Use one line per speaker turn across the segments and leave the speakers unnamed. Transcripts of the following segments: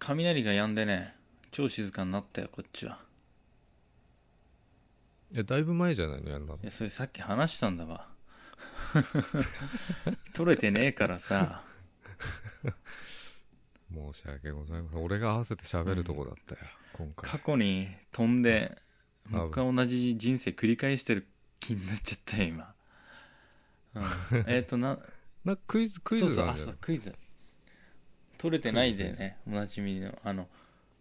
雷が止んでね超静かになったよこっちはい
やだいぶ前じゃないのやんなの
いやそれさっき話したんだわ 取れてねえからさ
申し訳ございません俺が合わせて喋るとこだったよ、今回
過去に飛んで
うん
もう一回同じ人生繰り返してる気になっちゃったよ今、うんえっとな
なんかクイズ クイズ
そうそう
があ
あ
るじゃ
そ
な
う
い
クイズ取れてないで
クイズク
ねおなじみのあの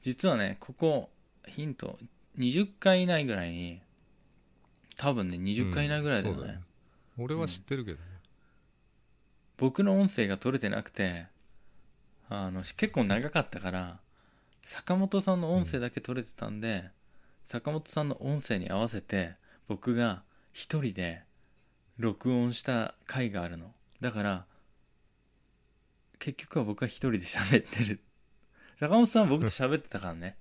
実はねここヒント20回以内ぐらいに多分ね20回以内ぐらいだよね,、
うんそうだよね俺は知ってるけどね、
僕の音声が取れてなくてあの結構長かったから坂本さんの音声だけ取れてたんで、坂本さんの音声に合わせて僕が一人で録音した回があるのだから結局は僕は一人で喋ってる坂本さんは僕と喋ってたからね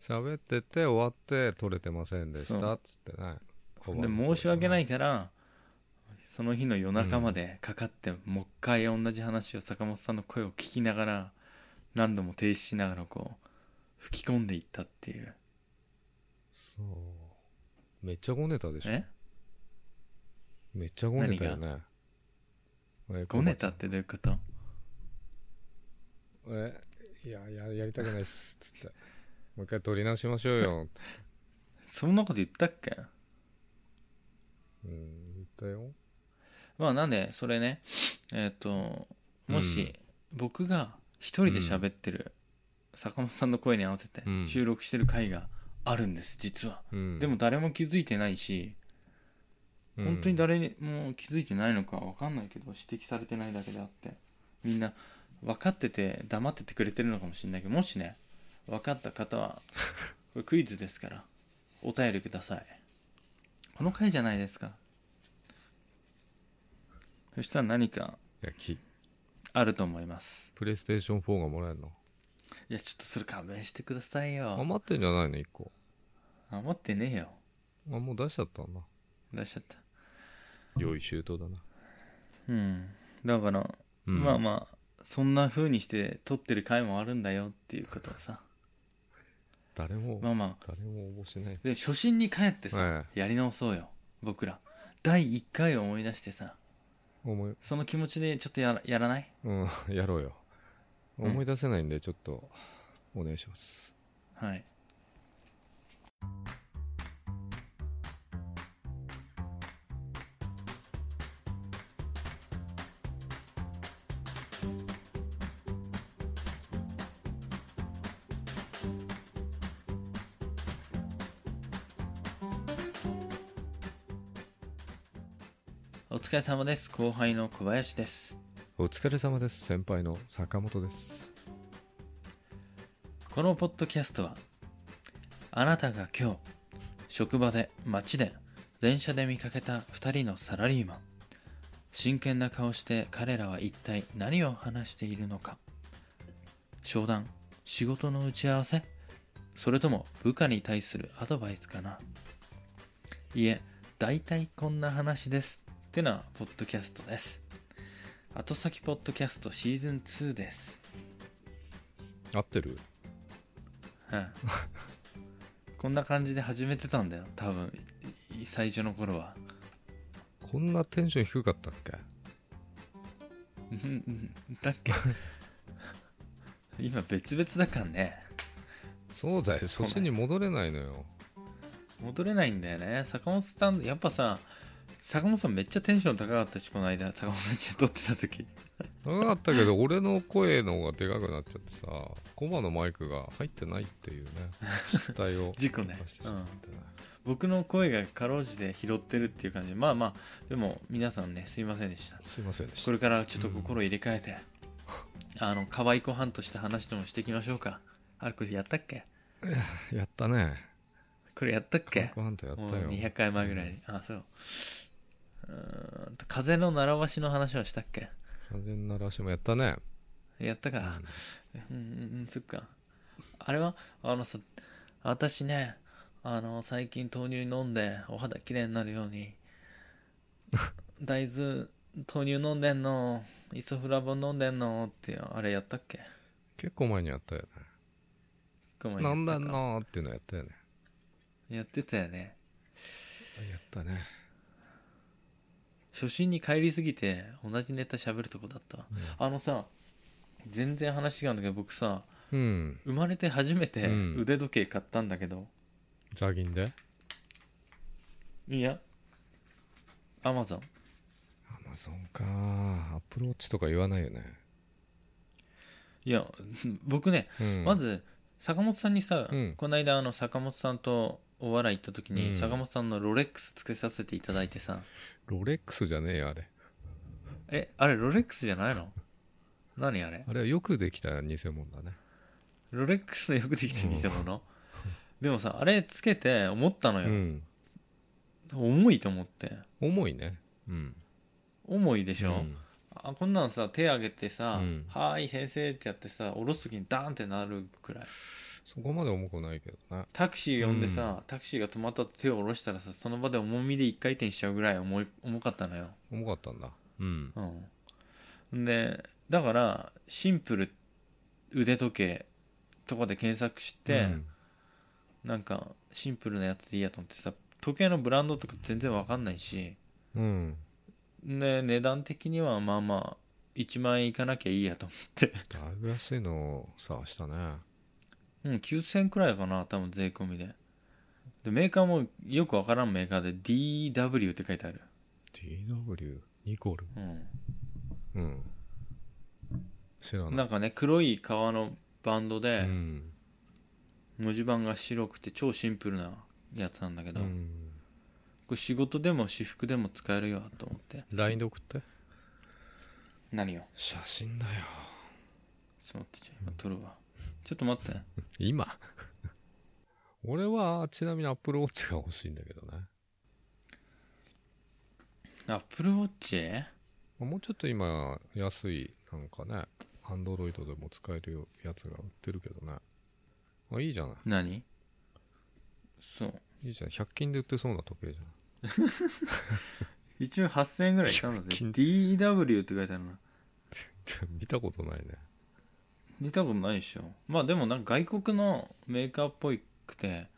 喋ってて終わって取れてませんでし
そ
た
う
っつってね
で申し訳ないいからその日の夜中までかかって、もう一回同じ話を坂本さんの声を聞きながら何度も停止しながらこう吹き込んでいったっていう
そうめっちゃごねたでしょ
え
めっちゃごねたよねえ
ごねたってどういうこと
えいやややりたくないっすっつって もう一回取り直しましょうよって
そんなこと言ったっけ
うん言ったよ
まあなんでそれねえっ、ともし僕が一人で喋ってる坂本さんの声に合わせて
うん
収録してる回があるんです実は、
うん
でも誰も気づいてないし
うん
本当に誰にも気づいてないのか分かんないけど指摘されてないだけであってみんな分かってて黙っててくれてるのかもしれないけどもしね分かった方 はこれクイズですからお便りくださいこの回じゃないですかそしたら何か
いやき
あると思います
プレイステーション4がもらえるの
いやちょっとそれ勘弁してくださいよ
余ってんじゃないの1個
余ってねえよ
あもう出しちゃったな
出しちゃった
良い周到だな、
うんだから
うん
まあまあそんな風にして撮ってる回もあるんだよっていうことをさ
誰も、
まあまあ
誰も応募しない
で初心に帰ってさ、
え
やり直そうよ僕ら第1回を思い出してさ
思い
その気持ちでちょっとやらやらない
うん、 やろうよ
うん
思い出せないんでちょっとお願いします、
はいお疲れ様です後輩の小林です
お疲れ様です先輩の坂本です
このポッドキャストはあなたが今日職場で街で電車で見かけた2人のサラリーマン真剣な顔して彼らは一体何を話しているのか商談仕事の打ち合わせそれとも部下に対するアドバイスかないえ大体こんな話ですってなポッドキャストです後先ポッドキャストシーズン2です
合ってる
うんこんな感じで始めてたんだよ多分いい最初の頃は
こんなテンション低かったっけ
うんうんだっけ今別々だからね
そうだよ
そう
初
ね
心に戻れないのよ
戻れないんだよね坂本さんやっぱさ坂本さんめっちゃテンション高かったしこの間坂本さんち撮ってた時
長かった けど俺の声の方がでかくなっちゃってさコマのマイクが入ってないっていうね失態を
事故ね
犯してしまってね
僕の声がかろうじて拾ってるっていう感じまあまあでも皆さんねすいませんでした
すいませんでし
こ
た
れからちょっと心入れ替えて、あの可愛い子飯とした話でもしていきましょうかあれこれやったっけ
やったね
これやったっ
科
け
学ハンターや
も
っ
う
たよ
200回前ぐらいに、あそううーんと風の習わしの話はしたっけ
完全ならしもやったね
やったかうんうんうんそっかあれはあのさ私ねあの最近豆乳飲んでお肌きれいになるよう に大豆豆乳飲んでんのイソフラボン飲んでんのってあれやったっけ
結構前にやったよ
ごめ
ね。
んやった
な
か
んだなーっていうのやったよね。
やってたよね
やったね。
初心に帰りすぎて同じネタ喋るとこだったわあのさ全然話があるんだけど僕さ
うん。
生まれて初めて
うん
腕時計買ったんだけど、
ザギンで
いやアマゾン
アマゾンかアップローチとか言わないよね。
いや 僕ね、
うん
ま、ず坂本さんにさ、
うん
この間あの坂本さんとお笑い行った時に、
うん
坂本さんのロレックスつけさせていただいてさ
ロレックスじゃねえよ、あれ。
えあれロレックスじゃないの何あれ
あれはよくできた偽物だね。
ロレックスのよくできた偽物でもさあれつけて思ったの
う
よ、
ん。
重いと思って
重いね。うん。
重いでしょ、
うん
あこんなんさ手挙げてさ「
うん
はーい先生」ってやってさ下ろす時にダーンってなるくらい
そこまで重くないけどね。
タクシー呼んでさ、タクシーが止まったと手を下ろしたらさその場で重みで一回転しちゃうぐらい重い重かったのよ
重かったんだ。うん。
うんでだからシンプル腕時計とかで検索して、
うん
なんかシンプルなやつでいいやと思ってさ時計のブランドとか全然わかんないし
うん。
で値段的にはまあまあ1万円いかなきゃいいやと思って
だいぶ安いのを探したね。
うん、9000くらいかな、多分税込みで。で、メーカーもよくわからんメーカーで DW って書いてある。
DW ニコル。
う
うん。知ら
ん。
な。
ないんかね、黒い革のバンド
う
で、
ん。
文字盤が白くて超シンプルなやつなんだけ
う
ど、
ん。
これ仕事でも私服でも使えるよと思って。
LINE で送って。
何を
写真だよ。
ちょっと待って、じゃあ今撮るわ。ちょっと待って。
今 俺は、ちなみにアップルウォッチが欲しいんだけどね。
アップルウォッチ
まあもうちょっと今、安い、なんかね、アンドロイドでも使えるよやつが売ってるけどね。あ、いいじゃな
何そう。
い。いいじゃん。100均で売ってそうな時計じゃん。
一応8000円ぐらいしたので、DW って書いてあるな。
見たことないね。
見たことないでしょまあでもなんか外国のメーカーっぽいくて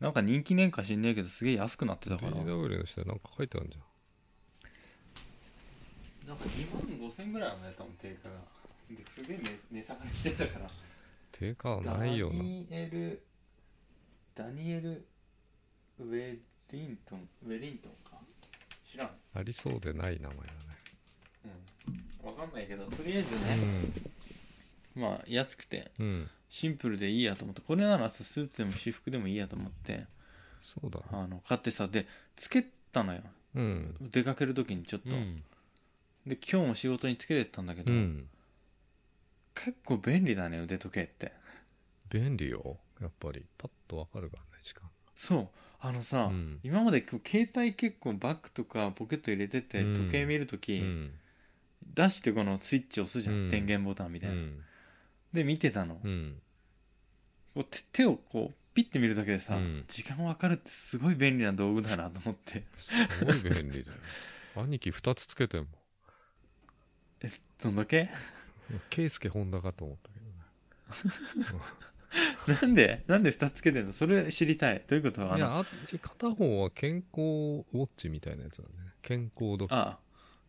なんか人気年か知んねえけどすげえ安くなってたからなんか
DW の下になんか書いてあるじゃん。
2万5000ぐらいのやつだもん定価がですげえ値下がりしてたから
定価はないよ
ダ
な。
ニエルダニエルウェリントンウェリントンか知らん
ありそうでない名前だ
うんわかんないけどとりあえずね、
ね。
まあ安くて
うん。うん。
シンプルでいいやと思ってこれならさスーツでも私服でもいいやと思って
そうだ。
あの買ってさでつけたのよ
うん。
出かける時にちょっと、
うん。
で今日も仕事につけてったんだけど、
うん。
結構便利だね腕時計って
便利よ。やっぱり。パッとわかるからね、時間。
そうあのさ、
うん
今までこう携帯結構バッグとかポケット入れてて
うん
時計見ると
う
き、
ん。
出してこのスイッチ押すじゃん、
うん
電源ボタンみ
う
たいな、
ん。
で見てたの、
うん。
こう手手をこうピッて見るだけでさ、
うん
時間わかるってすごい便利な道具だなと思って
すごい便利だよ。兄貴二つつけても。
えどんだけ
ケイスケホンダかと思ったけどね。
なんでなんで2つつけてんのそれ知りたいどういうことあ
い
の
や、あ片方は健康ウォッチみたいなやつだね。健康ドッ
あ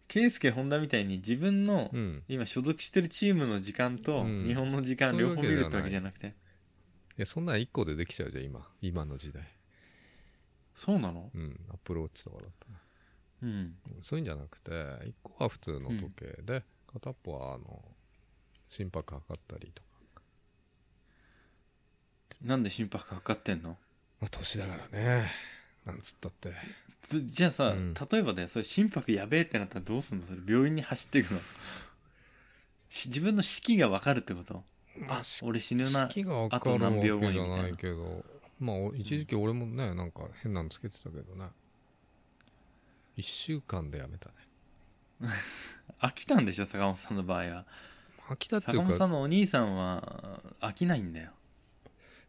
圭介本田みたいに自分の
うん。
今所属してるチームの時間と
うん
日本の時間
そういう
両
わ
方
け
見
で
る
はない
ってわけじゃなくて
いや、そんなん一個でできちゃうじゃん、今。今の時代。
そうなの
うん。アップローチとかだったら。
うん
そういうんじゃなくて、一個は普通の時計で、片っぽは、あの、心拍測ったりとか。
なんで心拍かかってんの
まあ、年だからね。なんつったって。
ずじゃあさ、
うん
例えばだよそれ心拍やべえってなったらどうすんのそれ病院に走っていくのし自分の式が分かるってことあ俺死ぬな
式が分
あ
か
と
るわ
何
けじ
秒後に
ゃないけど、まあ、お一時期俺もね、なんか変なのつけてたけどね。一週間でやめたね。
飽きたんでしょ坂本さんの場合は
飽きたってい
坂
う
本さ
か、
んのお兄さんは飽きないんだよ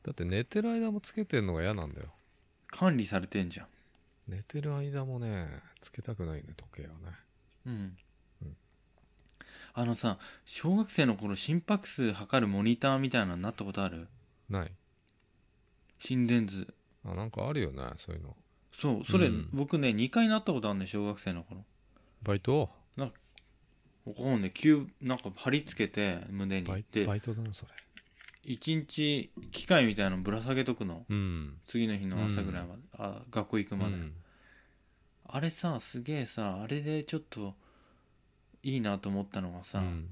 だって寝てる間もつけてんのが嫌なんだよ。
管理されてんじゃん
寝てる間もね、つけたくないね、時計はね。
うん
うん
あのさ小学生の頃心拍数測るモニターみたいなのなったことある
ない
心電図
あなんかあるよねそういうの
そうそれ、
うん
僕ね2回なったことあるんで小学生の頃
バイト
ここをね急なんか貼り付けて胸
バ
に
イ
で
バイトだなそれ
一日機械みたいなのぶら下げとくの
うん
次の日の朝ぐらいまで、あ学校行くまで、
うん
あれさすげえさあれでちょっといいなと思ったのがさ、
うん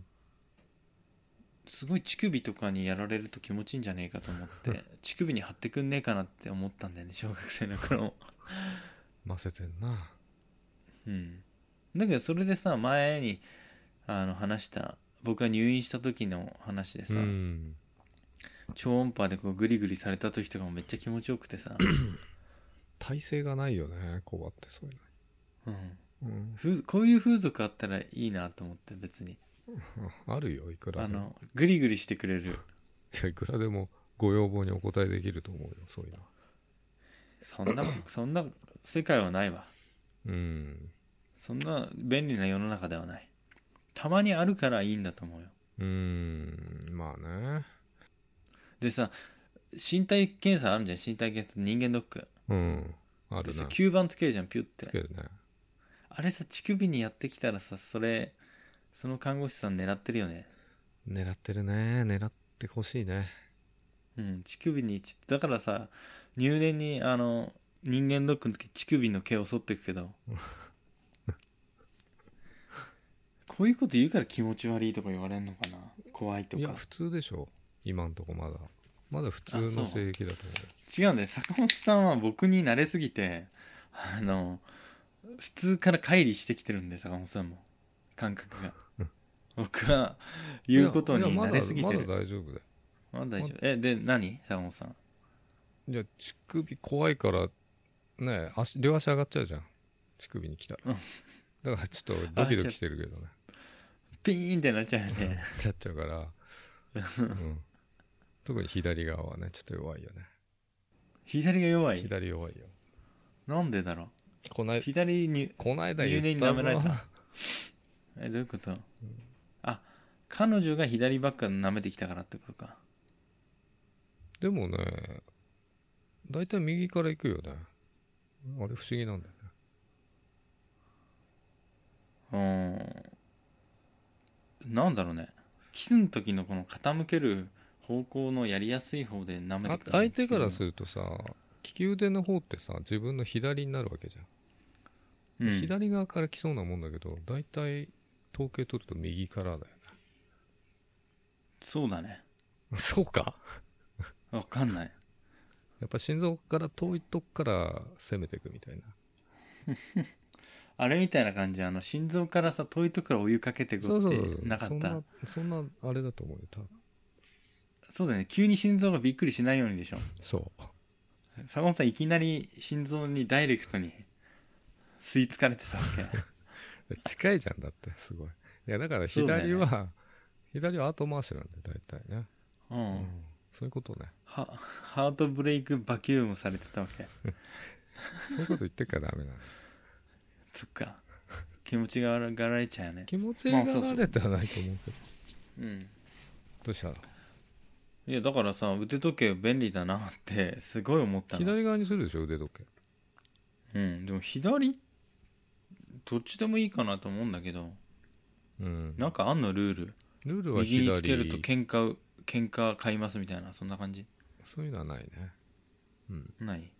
すごい乳首とかにやられると気持ちいいんじゃねえかと思って 乳首に貼ってくんねえかなって思ったんだよね小学生の 頃も
ませてんな
うんだけどそれでさ前にあの話した僕が入院した時の話でさ、
うん
超音波でこうグリグリされた時とかもめっちゃ気持ちよくて さ、
体勢がないよねコバってそういう
うん、
のうん
ふこういう風俗あったらいいなと思って別に
あるよいくら
あ
でも
のグリグリしてくれる
いやいくらでもご要望にお答えできると思うよそういうの
そんなそんな世界はないわ
うん
そんな便利な世の中ではないたまにあるからいいんだと思うよ
うんまあね
でさ身体検査あるじゃん身体検査人間ドック
うんあ
で
る
さ
な
吸盤つけるじゃんピュっ
つ
て
けるね
あれさ乳首にやってきたらさそれその看護師さん狙ってるよね
狙ってるね狙ってほしいね
うん乳首にちだからさ入念にあの人間ドックの時乳首の毛を剃っていくけど こういうこと言うから気持ち悪いとか言われんのかな怖いと
いや
か
普通でしょ今んとこまだまだ普通
あそ
の
う
性域だと思う
違うんだよ坂本さんは僕に慣れすぎてあの普通から乖離してきてるんで坂本さんも感覚 が僕は言うことに
いやいや
慣れすぎて
まだ
る
まだ大丈夫だよ
まだ大
ま
丈夫えで何坂本さん
いや乳首怖いからね足両足上がっちゃうじゃん乳首に来たら、
うん
だからちょっとドキドキしてるけどね
ピーンってなっちゃうよ ね
なっちゃうから、うん、特に左側はねちょっと弱いよね、
左が弱い
左弱いよ
なんでだろ
こな
う
い
左に
こないだ言った
入
ぞ
念に舐められえどういうこと、あ彼女が左ばっか舐めてきたからってことか
でもね大体右から行くよねあれ不思議なんだよね
うんなんだろうねキスの時のこの傾ける方向のやりやすい方で舐め
あ
てくる
相手からするとさ利き腕の方ってさ自分の左になるわけじゃん
うん、
左側から来そうなもんだけど大体統計取ると右からだよね
そうだね
そうか
わかんない
やっぱ心臓から遠いとこから攻めていくみたいな
あれみたいな感じあの心臓からさ遠いとこからお湯かけてく
そうそうそう
ってなかった
そ
そうん
なそんなあれだと思うよ多分
だよね急に心臓がびっくりしないようにでしょ
そう
坂本さんいきなり心臓にダイレクトに吸い付かれてたわけ
近いじゃんだってすごいいやだから
そうだよね
左は、左は後回しなんだよ大体ね、
う
うん
ん
そういうことね
はハートブレイクバキュームされてたわけ
そういうこと言ってっから ダメなの
そっか気持ちが悪がられちゃうよね
気持ちが慣れてはないと思うけど、
うん
どうしたの
いやだからさ腕時計便利だなってすごい思ったの
左側にするでしょ腕時計
うんでも左どっちでもいいかなと思うんだけど
うん
なんかあんのルール
ルールは
右につけると
左
喧嘩う喧嘩買いますみたいなそんな感じ
そういうのはないねうん
ない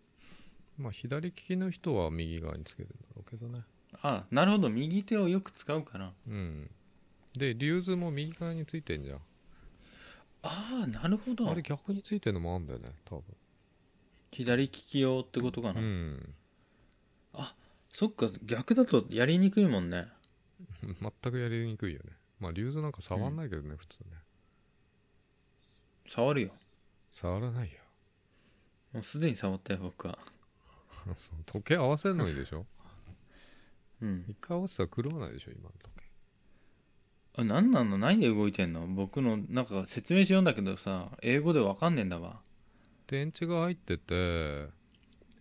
まあ左利きの人は右側につけるんだろうけどね
あなるほど右手をよく使うから
うんで竜頭も右側についてんじゃん
ああなるほ
あ
ど
れ逆についてるのもあんだよね多
左利き用ってことか
分う
な、
ん
そっか逆だとやりにくいもんね
全くやりにくいよねまあ竜頭なんか触んないけどね、普通ね
触るよ
触らないよ
もうすでに触ったよ僕は
そう時計合わせるのにでしょ
うん
一回合わせたら狂わないでしょ今の時計
あ何なの何で動いてんの僕のなんか説明しようんだけどさ英語でわかんねえんだわ
電池が入ってて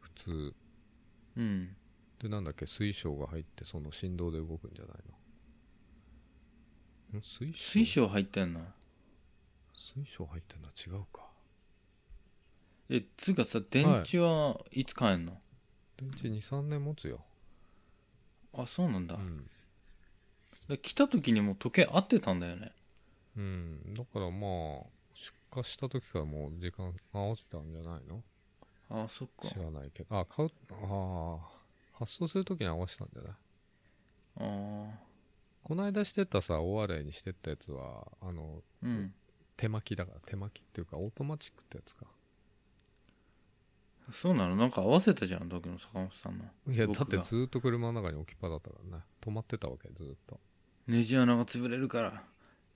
普通
うん
でなんだっけ水晶が入ってその振動で動くんじゃないのん水晶
水晶入ってんの
水晶入ってんの違うか
えつうかさ電池はいつ買えんの、
電池23年持つよ、
あそうなんだ、
うん
で来た時にもう時計合ってたんだよね
うん、だからまあ出荷した時からもう時間合わせたんじゃないの
あそっか
知らないけどあ買うああ発送する時に合わせたんじゃない
あー
この間してたさ大洗にしてったやつはあの
うん
手巻きだから手巻きっていうかオートマチックってやつか
そうなのなんか合わせたじゃん時の坂本さんの
いや
僕
だ
が
ってずーっと車の中に置きっぱだったからね止まってたわけずーっと
ネジ穴が潰れるから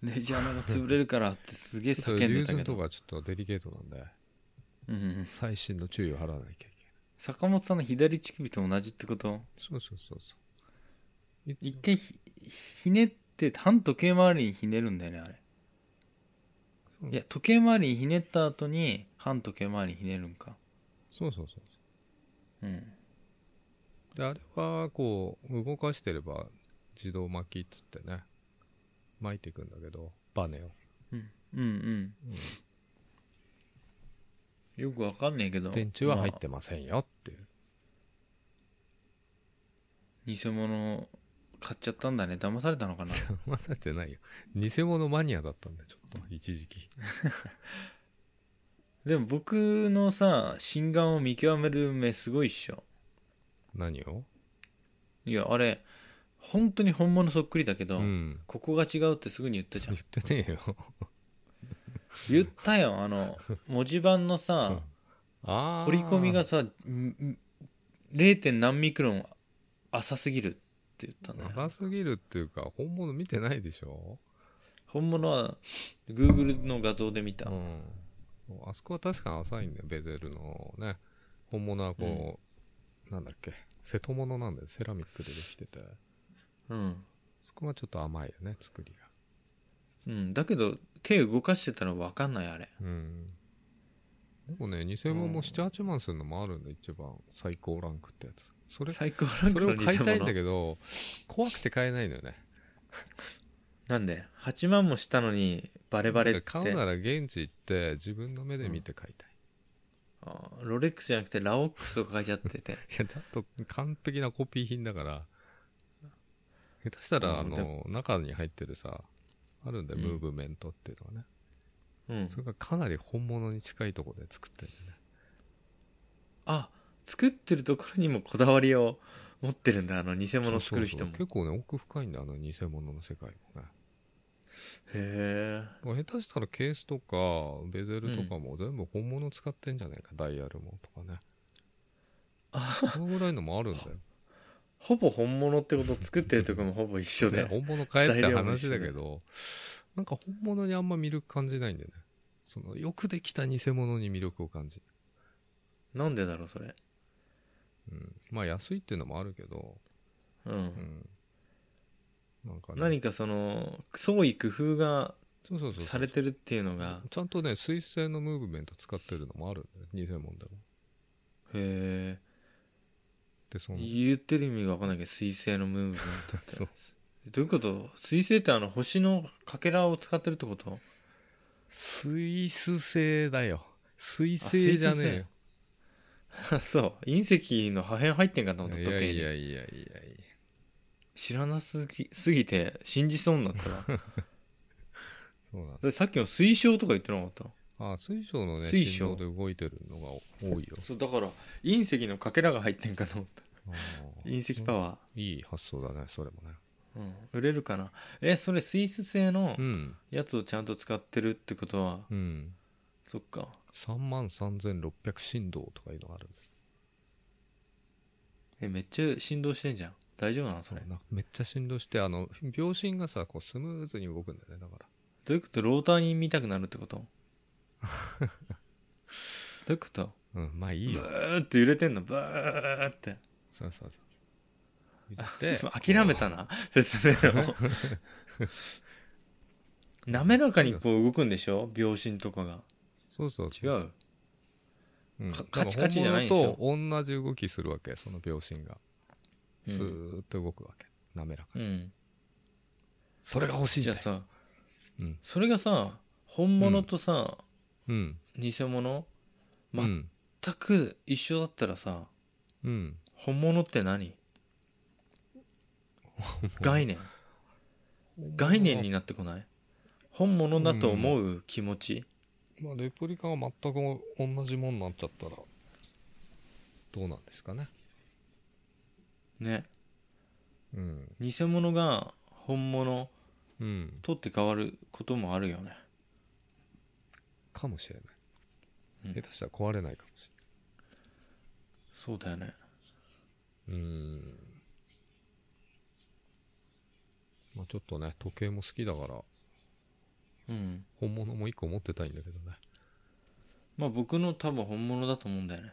ネジ穴が潰れるからってすげえ
ちょ
叫
っ
ん
と
で
流
たけ
寸
ど
とかちょっとデリケートなんで
うんうん、
最新の注意を払わなきゃいけない
坂本さんの左乳首と同じってこと
そうそうそうそう
一回ひひねって反時計回りにひねるんだよねあれ
そう
いや時計回りにひねった後に反時計回りにひねるんか
そうそうそう
うん
であれはこう動かしてれば自動巻きっつってね巻いていくんだけどバネを
うんうんうんよくわかんねえけど
電池は入っ
まあ
てませんよって いう、
偽物買っちゃったんだね騙されたのかな
まされてないよ偽物マニアだったんでちょっと一時期
でも僕のさ心眼を見極める目すごいっしょ
何を
いやあれ本当に本物そっくりだけど、
うん
ここが違うってすぐに言ったじゃ
言
ん
ってねえよ
言ったよあの文字盤の
う
さ
ん ああ
折り込みがさんん 0. 何ミクロン浅すぎるって言ったんだよ
長すぎるっていうか本物見てないでしょ
本物は Google の画像で見た、
うんあそこは確かに浅いんだよベゼルのね本物はこう、なんだっけ瀬戸物なんだよセラミックでできてて
うん
そこはちょっと甘いよね作りが
うん、だけど手動かしてたら分かんないあれ
うんでもね偽物も78万するのもあるんだよ一番最高ランクってやつ それ
最高ラン
そ
ク
れ
の
を
偽
買いたいんだ
物
けど怖くて買えないのよね
なんで8万もしたのにバレバレって
買うなら現地行って自分の目で見て買いたい、
あーロレックスじゃなくてラオックスとか書いちゃってて
いやちゃんと完璧なコピー品だから下手したらあ
うん
の中に入ってるさあるんだよ
うん
ムーブメントっていうのはね、
うん
それがかなり本物に近いところで作ってるんだよね
あ作ってるところにもこだわりを持ってるんだあの偽物作る人も
そうそうそう結構ね奥深いんだよあの偽物の世界もね
へえ
まあ下手したらケースとかベゼルとかも全部本物使ってんじゃないか、ダイヤルもとかね
あ
そのぐらいのもあるんだ よ、
ほぼ本物ってこと作ってるとこもほぼ一緒
ね、
で
本物買えって
材料も一
話
緒
だ
で
けどなんか本物にあんま魅力感じないんだよねそのよくできた偽物に魅力を感じる、
なんでだろうそれ
うん、まあ安いっていうのもあるけど、
うん、
うん、なんかね
何かその創意工夫が
そうそうそうそう
されてるっていうのが
ちゃんとね水星のムーブメント使ってるのもあるんだよ偽物でも
へえ
でその
言ってる意味が分かんないけど水星のムーブメントって
そう
どういうこと水星ってあの星のかけらを使ってるって こと
スイス製だよ水星じゃねえよ
そう隕石の破片入ってんかと思った
い
時計
や
に
いやいやいやいや
知らなすぎすぎて信じそうになった わだ
そうなんだ
ってさっきの水晶とか言ってなかった
あ水晶のね
水晶
振動で動いてるのが多いよ
そうだから隕石のかけらが入ってんかと思った
あー
隕石パワ
いい発想だねそれもね
ー、うん、売れるかなえそれスイス製の
うん
やつをちゃんと使ってるってことは
うん
そっか
3万3600振動とかいうのがあるんだよ
えめっちゃ振動してんじゃん大丈夫なのそれ
なめっちゃ振動してあの秒針がさこうスムーズに動くんだよねだから
どういうことローターに見たくなるってことどういうこと
うんまあい
ブ
いよ
ーって揺れてんのブーって
そうそうそう言って
まあ 諦めたな説明を滑らかにこう動くんでしょ秒針とかが
そうそう
違
う、
う
うん、
カカチカチじゃないんでしょ
だから本物と同じ動きするわけその秒針が
うん
スーッと動くわけ滑らかに
うん
それが欲しいん
じ
だ
ゃあ
よ
さ
うん。
それがさ本物とさ、
うん。
偽物
う
ま
ん。
全く一緒だったらさ
うん。
本物って何概念概念になってこない本物だと思う気持ち、
まあ、レプリカは全く同じもんになっちゃったら、どうなんですかね。
ね
うん。
偽物が本物
うん。
取って変わることもあるよね
かもしれ
う
なんい。下手したら壊れないかもし
そうだよね
れない。うん。まあ、ちょっとね、時計も好きだから、
うん
本物も一個持ってたいんだけどね。
まあ僕の多分本物だと思うんだよね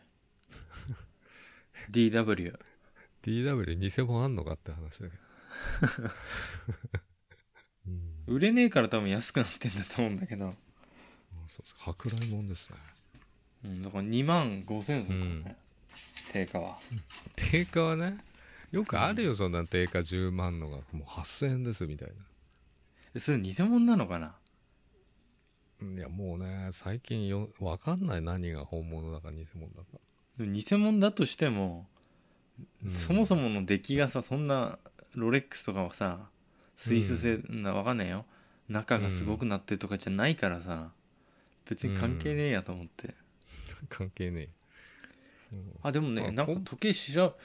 DW
DW 偽物あんのかって話だけど。 うん。
売れねえから多分安くなってんだと思うんだけど、
まあそうです。舶来物ですね。
うん、だから2万5000円するからね、
うん
定価は
定価はね、よくあるよ、そんな定価10万のが、もう8000円です、みたいな。
えそれ偽物なのかない
や、もうね、最近よ、わかんない何が本物だか偽物だか。
でも偽物だとしても、
うん
そもそもの出来がさそんなロレックスとかはさスイス製なわかんないよ中がすごくなってるとかじゃないからさ別に関係ねえやと思って、
関係ねえ。
あでもね
あ
なんか
ほん
時計調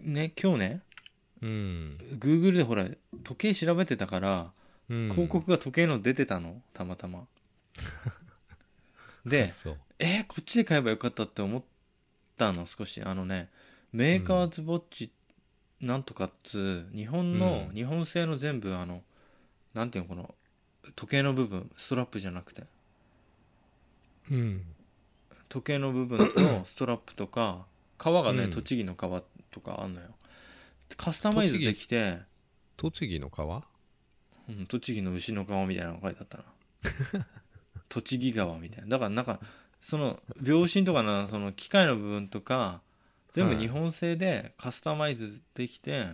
べね今日ね
うん。
Google でほら時計調べてたから
うん。
広告が時計の出てたのたまた まで
そう。
えーこっちで買えばよかったって思ったの少しあのねメーカーズウォッチなんとかっつう日本の、
うん
日本製の全部あのなんていうのこの時計の部分ストラップじゃなくて
うん。
時計の部 分とストラップとか革がね、
うん
栃木の革とかあんのよカスタマイズできて
栃木の川
うん栃木の牛の革みたいなの書いてあったな 栃木川みたいなだからなんかその秒針とかなその機械の部分とか全部
はい
日本製でカスタマイズできて、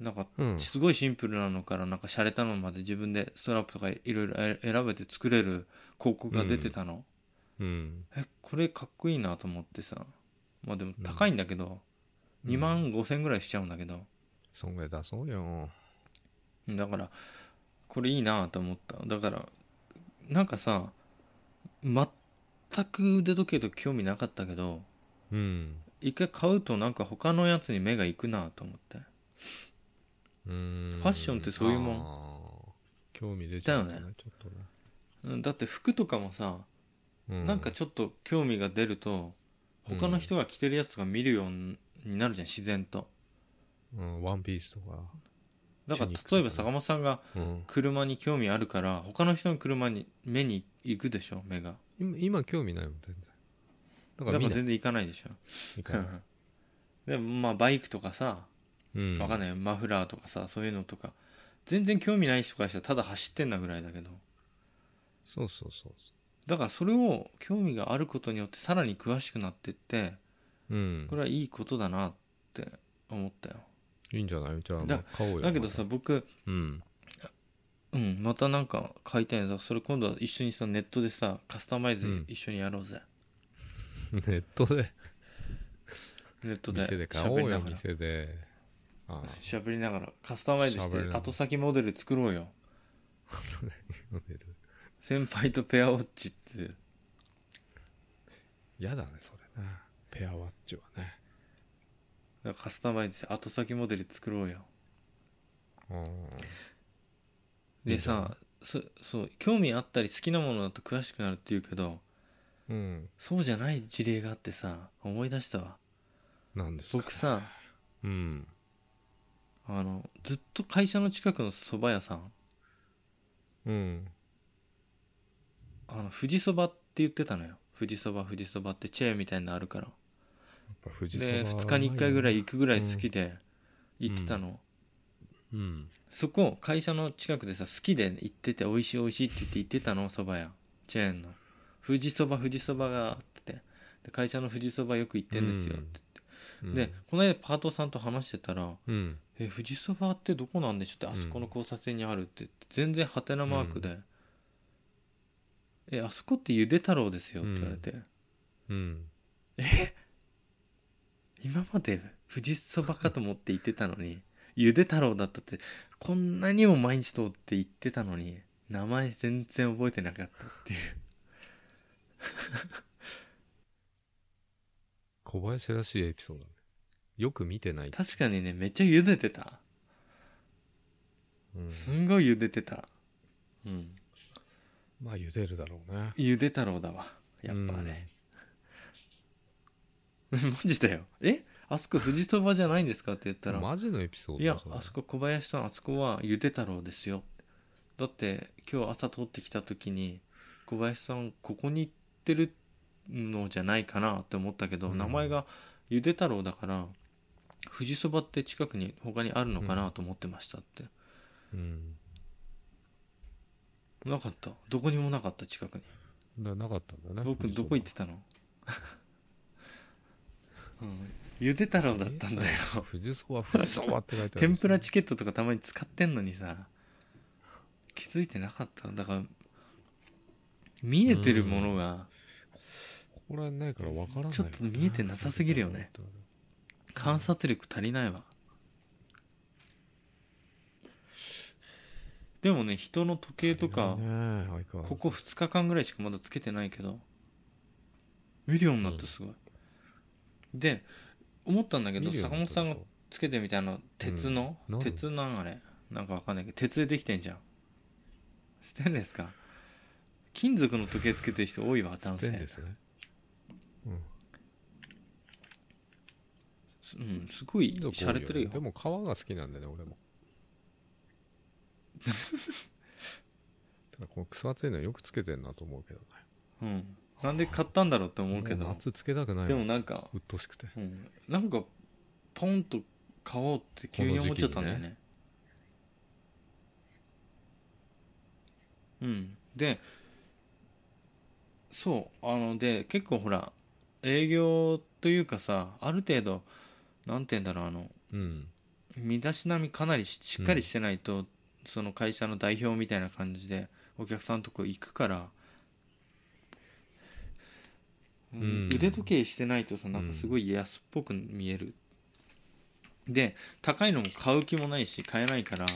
なんか
うん。
すごいシンプルなのからなんか洒落たのまで自分でストラップとかいろいろえ選べて作れる広告が出てたの、
うん。
えこれかっこいいなと思ってさまあでも高いんだけど、2万5千ぐらいしちゃうんだけど、
そんぐらい出そうよ。
だからこれいいなと思っただからなんかさ全く腕時計と興味なかったけど
うん。
一回買うとなんか他のやつに目がいくなと思って
うん。
ファッションってそういうもん
ん。興味出ちゃう
だよ。
ちょっとね。
うんだって服とかもさ、
う
なんかちょっと興味が出ると他の人が着てるやつとか見るようになるじゃん自然と
うん、ワンピースとか。
だから
血肉とか
例
ね
えば坂本さんが
うん。
車に興味あるから他の人の車に目に行くでしょ目が
今、今興味ないもん、全然。だか
だからら
見ない
全然行かないでしょ
いいから
でもまあバイクとかさ
うん。
わかん
ない。
ないマフラーとかさそういうのとか全然興味ない人からしたらただ走ってんなぐらいだけど
そうそうそうそ
だからそれを興味があることによってさらに詳しくなってって
う。うん
こ。れはいいことだなって思ったよ
いいんじゃないじゃあ、
だ
まあ買おうよ。
だけどさ僕
うん。
うんまたなんか買いたいのだそれ今度は一緒にさネットでさカスタマイ
うん
ズ一緒にやろうぜ、
ネットで、
ネットで
店で買おう
喋りな
よ、
がら
店で。ああ、
喋りながらカスタマイズし
喋りな
て
がら
後先モデル作ろうよ
飲んでる。
先輩とペアウォッチっていう
嫌だね、それね。ペアワッチはね。
だからカスタマイズして後先モデル作ろうよ
うん。いい
で
んじゃない
さそそう興味あったり好きなものだと詳しくなるっていうけど
うん。
そうじゃない事例があってさ思い出したわ
なんですか。
僕さ
うん。
あのずっと会社の近くの蕎麦屋さん
うん。
あの富士そばって言ってたのよ富士そば富士そばってチェーンみたいなのあるから
やっぱ富士
で2日に1回ぐらい
い。
行くぐらい好きで行ってたの、
うん。
そこ会社の近くでさ好きで行ってて美味しい美味しいって言って行ってたのそば屋チェーンの富士そば富士そばがあっててで会社の富士そばよく行ってんですよって言って、でこの間パートさんと話してたら
うん。
「え富士そばってどこなんでしょうってあそこの交差点にあるって、全然ハテナマークで、えあそこってゆで太郎ですよって言われて、
うん。
今まで富士そばかと思って行ってたのにゆで太郎だったってこんなにも毎日通って行ってたのに名前全然覚えてなかったっていう
小林らしいエピソードだね。よく見てない。
確かにねめっちゃ茹でてた
うん
すんごい茹でてたうん
まあ、茹でるだろうね。
ゆで太郎だわやっぱね、 マジだよえあそこ富士そばじゃないんですかって言ったら
マジのエピソード
いや
それ
あそこ小林さんあそこはゆで太郎ですよだって今日朝通ってきた時に小林さんここに行ってるのじゃないかなって思ったけど、
うん
名前がゆで太郎だから富士そばって近くに他にあるのかなと思ってましたって、
うん。
なかったどこにもなかった近くに
だなかったんだね。
僕どこ行って たの、うん、ゆで太郎だったんだよ
た富士そば、富士そばって書いてあ る。
天ぷらチケットとかたまに使ってんのにさ気づいてなかっただから見えてるものが
ここら辺ないからわからない、
ちょっと見えてなさすぎるよね。観察力足りないわでもね人の時計とか
ねえ相変わらず
ここ2日間ぐらいしかまだつけてないけど見るようになったすごいで思ったんだけど
見るよう
坂
にな
本さ
ったで
ん
しょ
がつけてみたあの鉄の、
うんなん
鉄なんあれなんかわかんないけど鉄でできてんじゃんステンレスか金属の時計つけてる人多いわ
ス
男
テ
性
ンですね。うん。
すうんすごい洒落てるよ
でも皮が好きなんだよね俺も ただこのクソ暑いのよくつけてんなと思うけどね
うん、なんで買ったんだろうって思うけ
もう
ど
夏つけたくない
で
も
も
ん
なんか、
うっとうしくて
うん、なんかポンと買おうって急に思っちゃったんだよねうんでそうあので結構ほら営業というかさある程度なんて言うんだろうあの
うん
身だしなみかなりししっかりしてないと、その会社の代表みたいな感じでお客さんのとこ行くから、うん
うん
腕時計してないとさなんかすごい安っぽく見える、で高いのも買う気もないし買えないから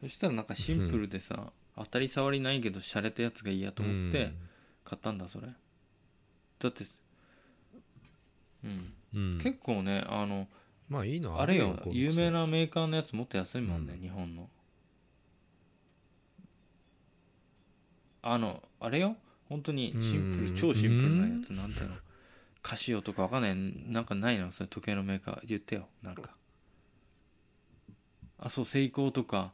そしたらなんかシンプルでさ、当たり障りないけど洒落たやつがいいやと思って買ったんだそれ、だってうん、
うん、うん
結構ねあの
まあいいの
あれよ
るこういう
有
の
名なメーカーのやつもっと安いもんね、
うん
日本のあのあれよ本当にシンプル、
うん
超シンプルなやつ、なんていうのカシオとかわかんないなんかないのそれ時計のメーカー言ってよなんかあそうセイコーとか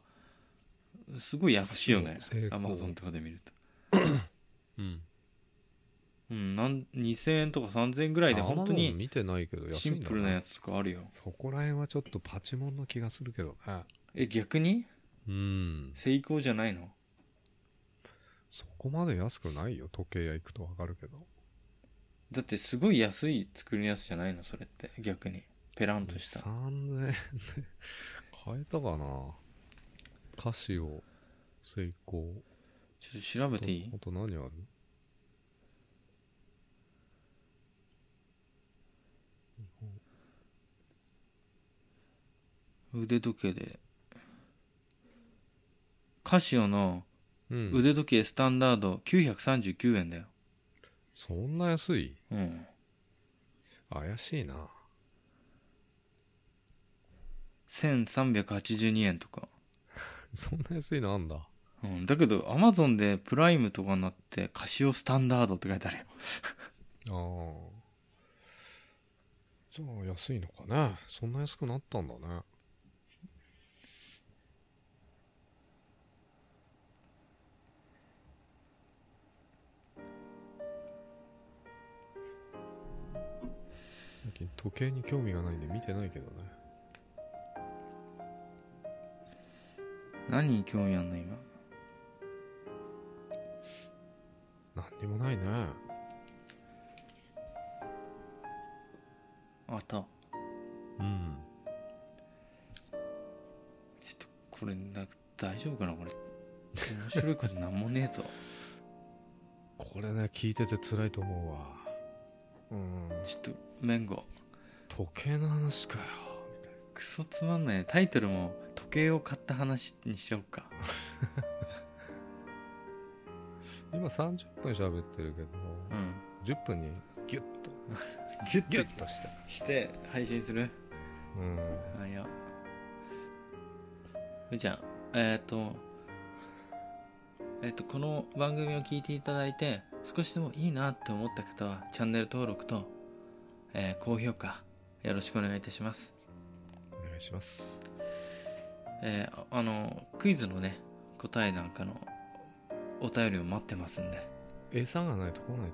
すごい安いよね
セイコー
アマゾンとかで見ると
うん
うんなん2000円とか3000円ぐらいで本当
Amazon
に
見てないけど安
シ
いんだ
ンプルなや
つ
つとかあるよ
そこら辺はちょっとパチモンの気がするけどね
え逆に
うん
セイコーじゃないの
そこまで安くないよ時計屋行くとわかるけど
だってすごい安い作りのやつじゃないのそれって逆にペランとした
3000円で買えたかなカシオセイコ
ちょっと調べ
ー
ていい
あと何ある
腕時計でカシオの
うん
腕時計スタンダード939円だよ
そんな安い
うん
怪しいな
1382円とか、
そんな安いのあんだ
うん、だけどアマゾンでプライムとかになってカシオスタンダードって書いてあるよ
ああじゃあ安いのかねそんな安くなったんだね最近時計に興味がないんで見てないけどね
何に興味あんの今
何にもないね
あった
うん
これな大丈夫かなこれ面白いことなんもねえぞ
これね、聞いてて辛いと思うわ。うん。
ちょっとメンゴ
時計の話かよ。みたい
クソつまんないタイトルも時計を買った話にしちゃおうか
な今30分喋ってるけど、
うん
10分にギュッと、
ギュッ
ギュッとして。
して配信する
うん。
あいやふーちゃんえっ、とえっ、とこの番組を聞いていただいて少しでもいいなって思った方はチャンネル登録と、えー高評価よろしくお願いいたします
お願いします。
えーああのクイズのね答えなんかのお便りを待ってますんで
餌がないと来ない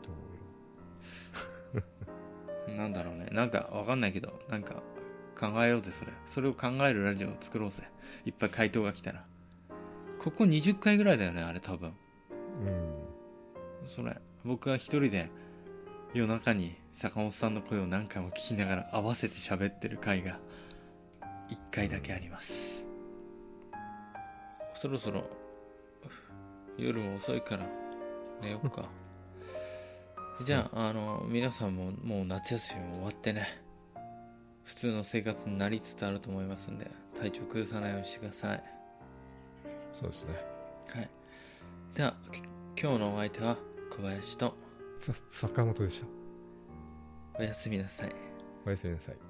と思
なんだろうねなんかわかんないけどなんか考えようぜそれそれを考えるラジオを作ろうぜいっぱい回答が来たらここ20回ぐらいだよねあれ多分
うよ。うん。
それ僕は一人で夜中に坂本さんの声を何回も聞きながら合わせて喋ってる回が1回だけありますそろそろ夜も遅いから寝よっかじゃああの皆さんももう夏休みも終わってね普通の生活になりつつあると思いますんで体調崩さないようにしてください
そうですね。
はいではき今日のお相手は小林と
さ、坂本でした。
おやすみなさい
おやすみなさい。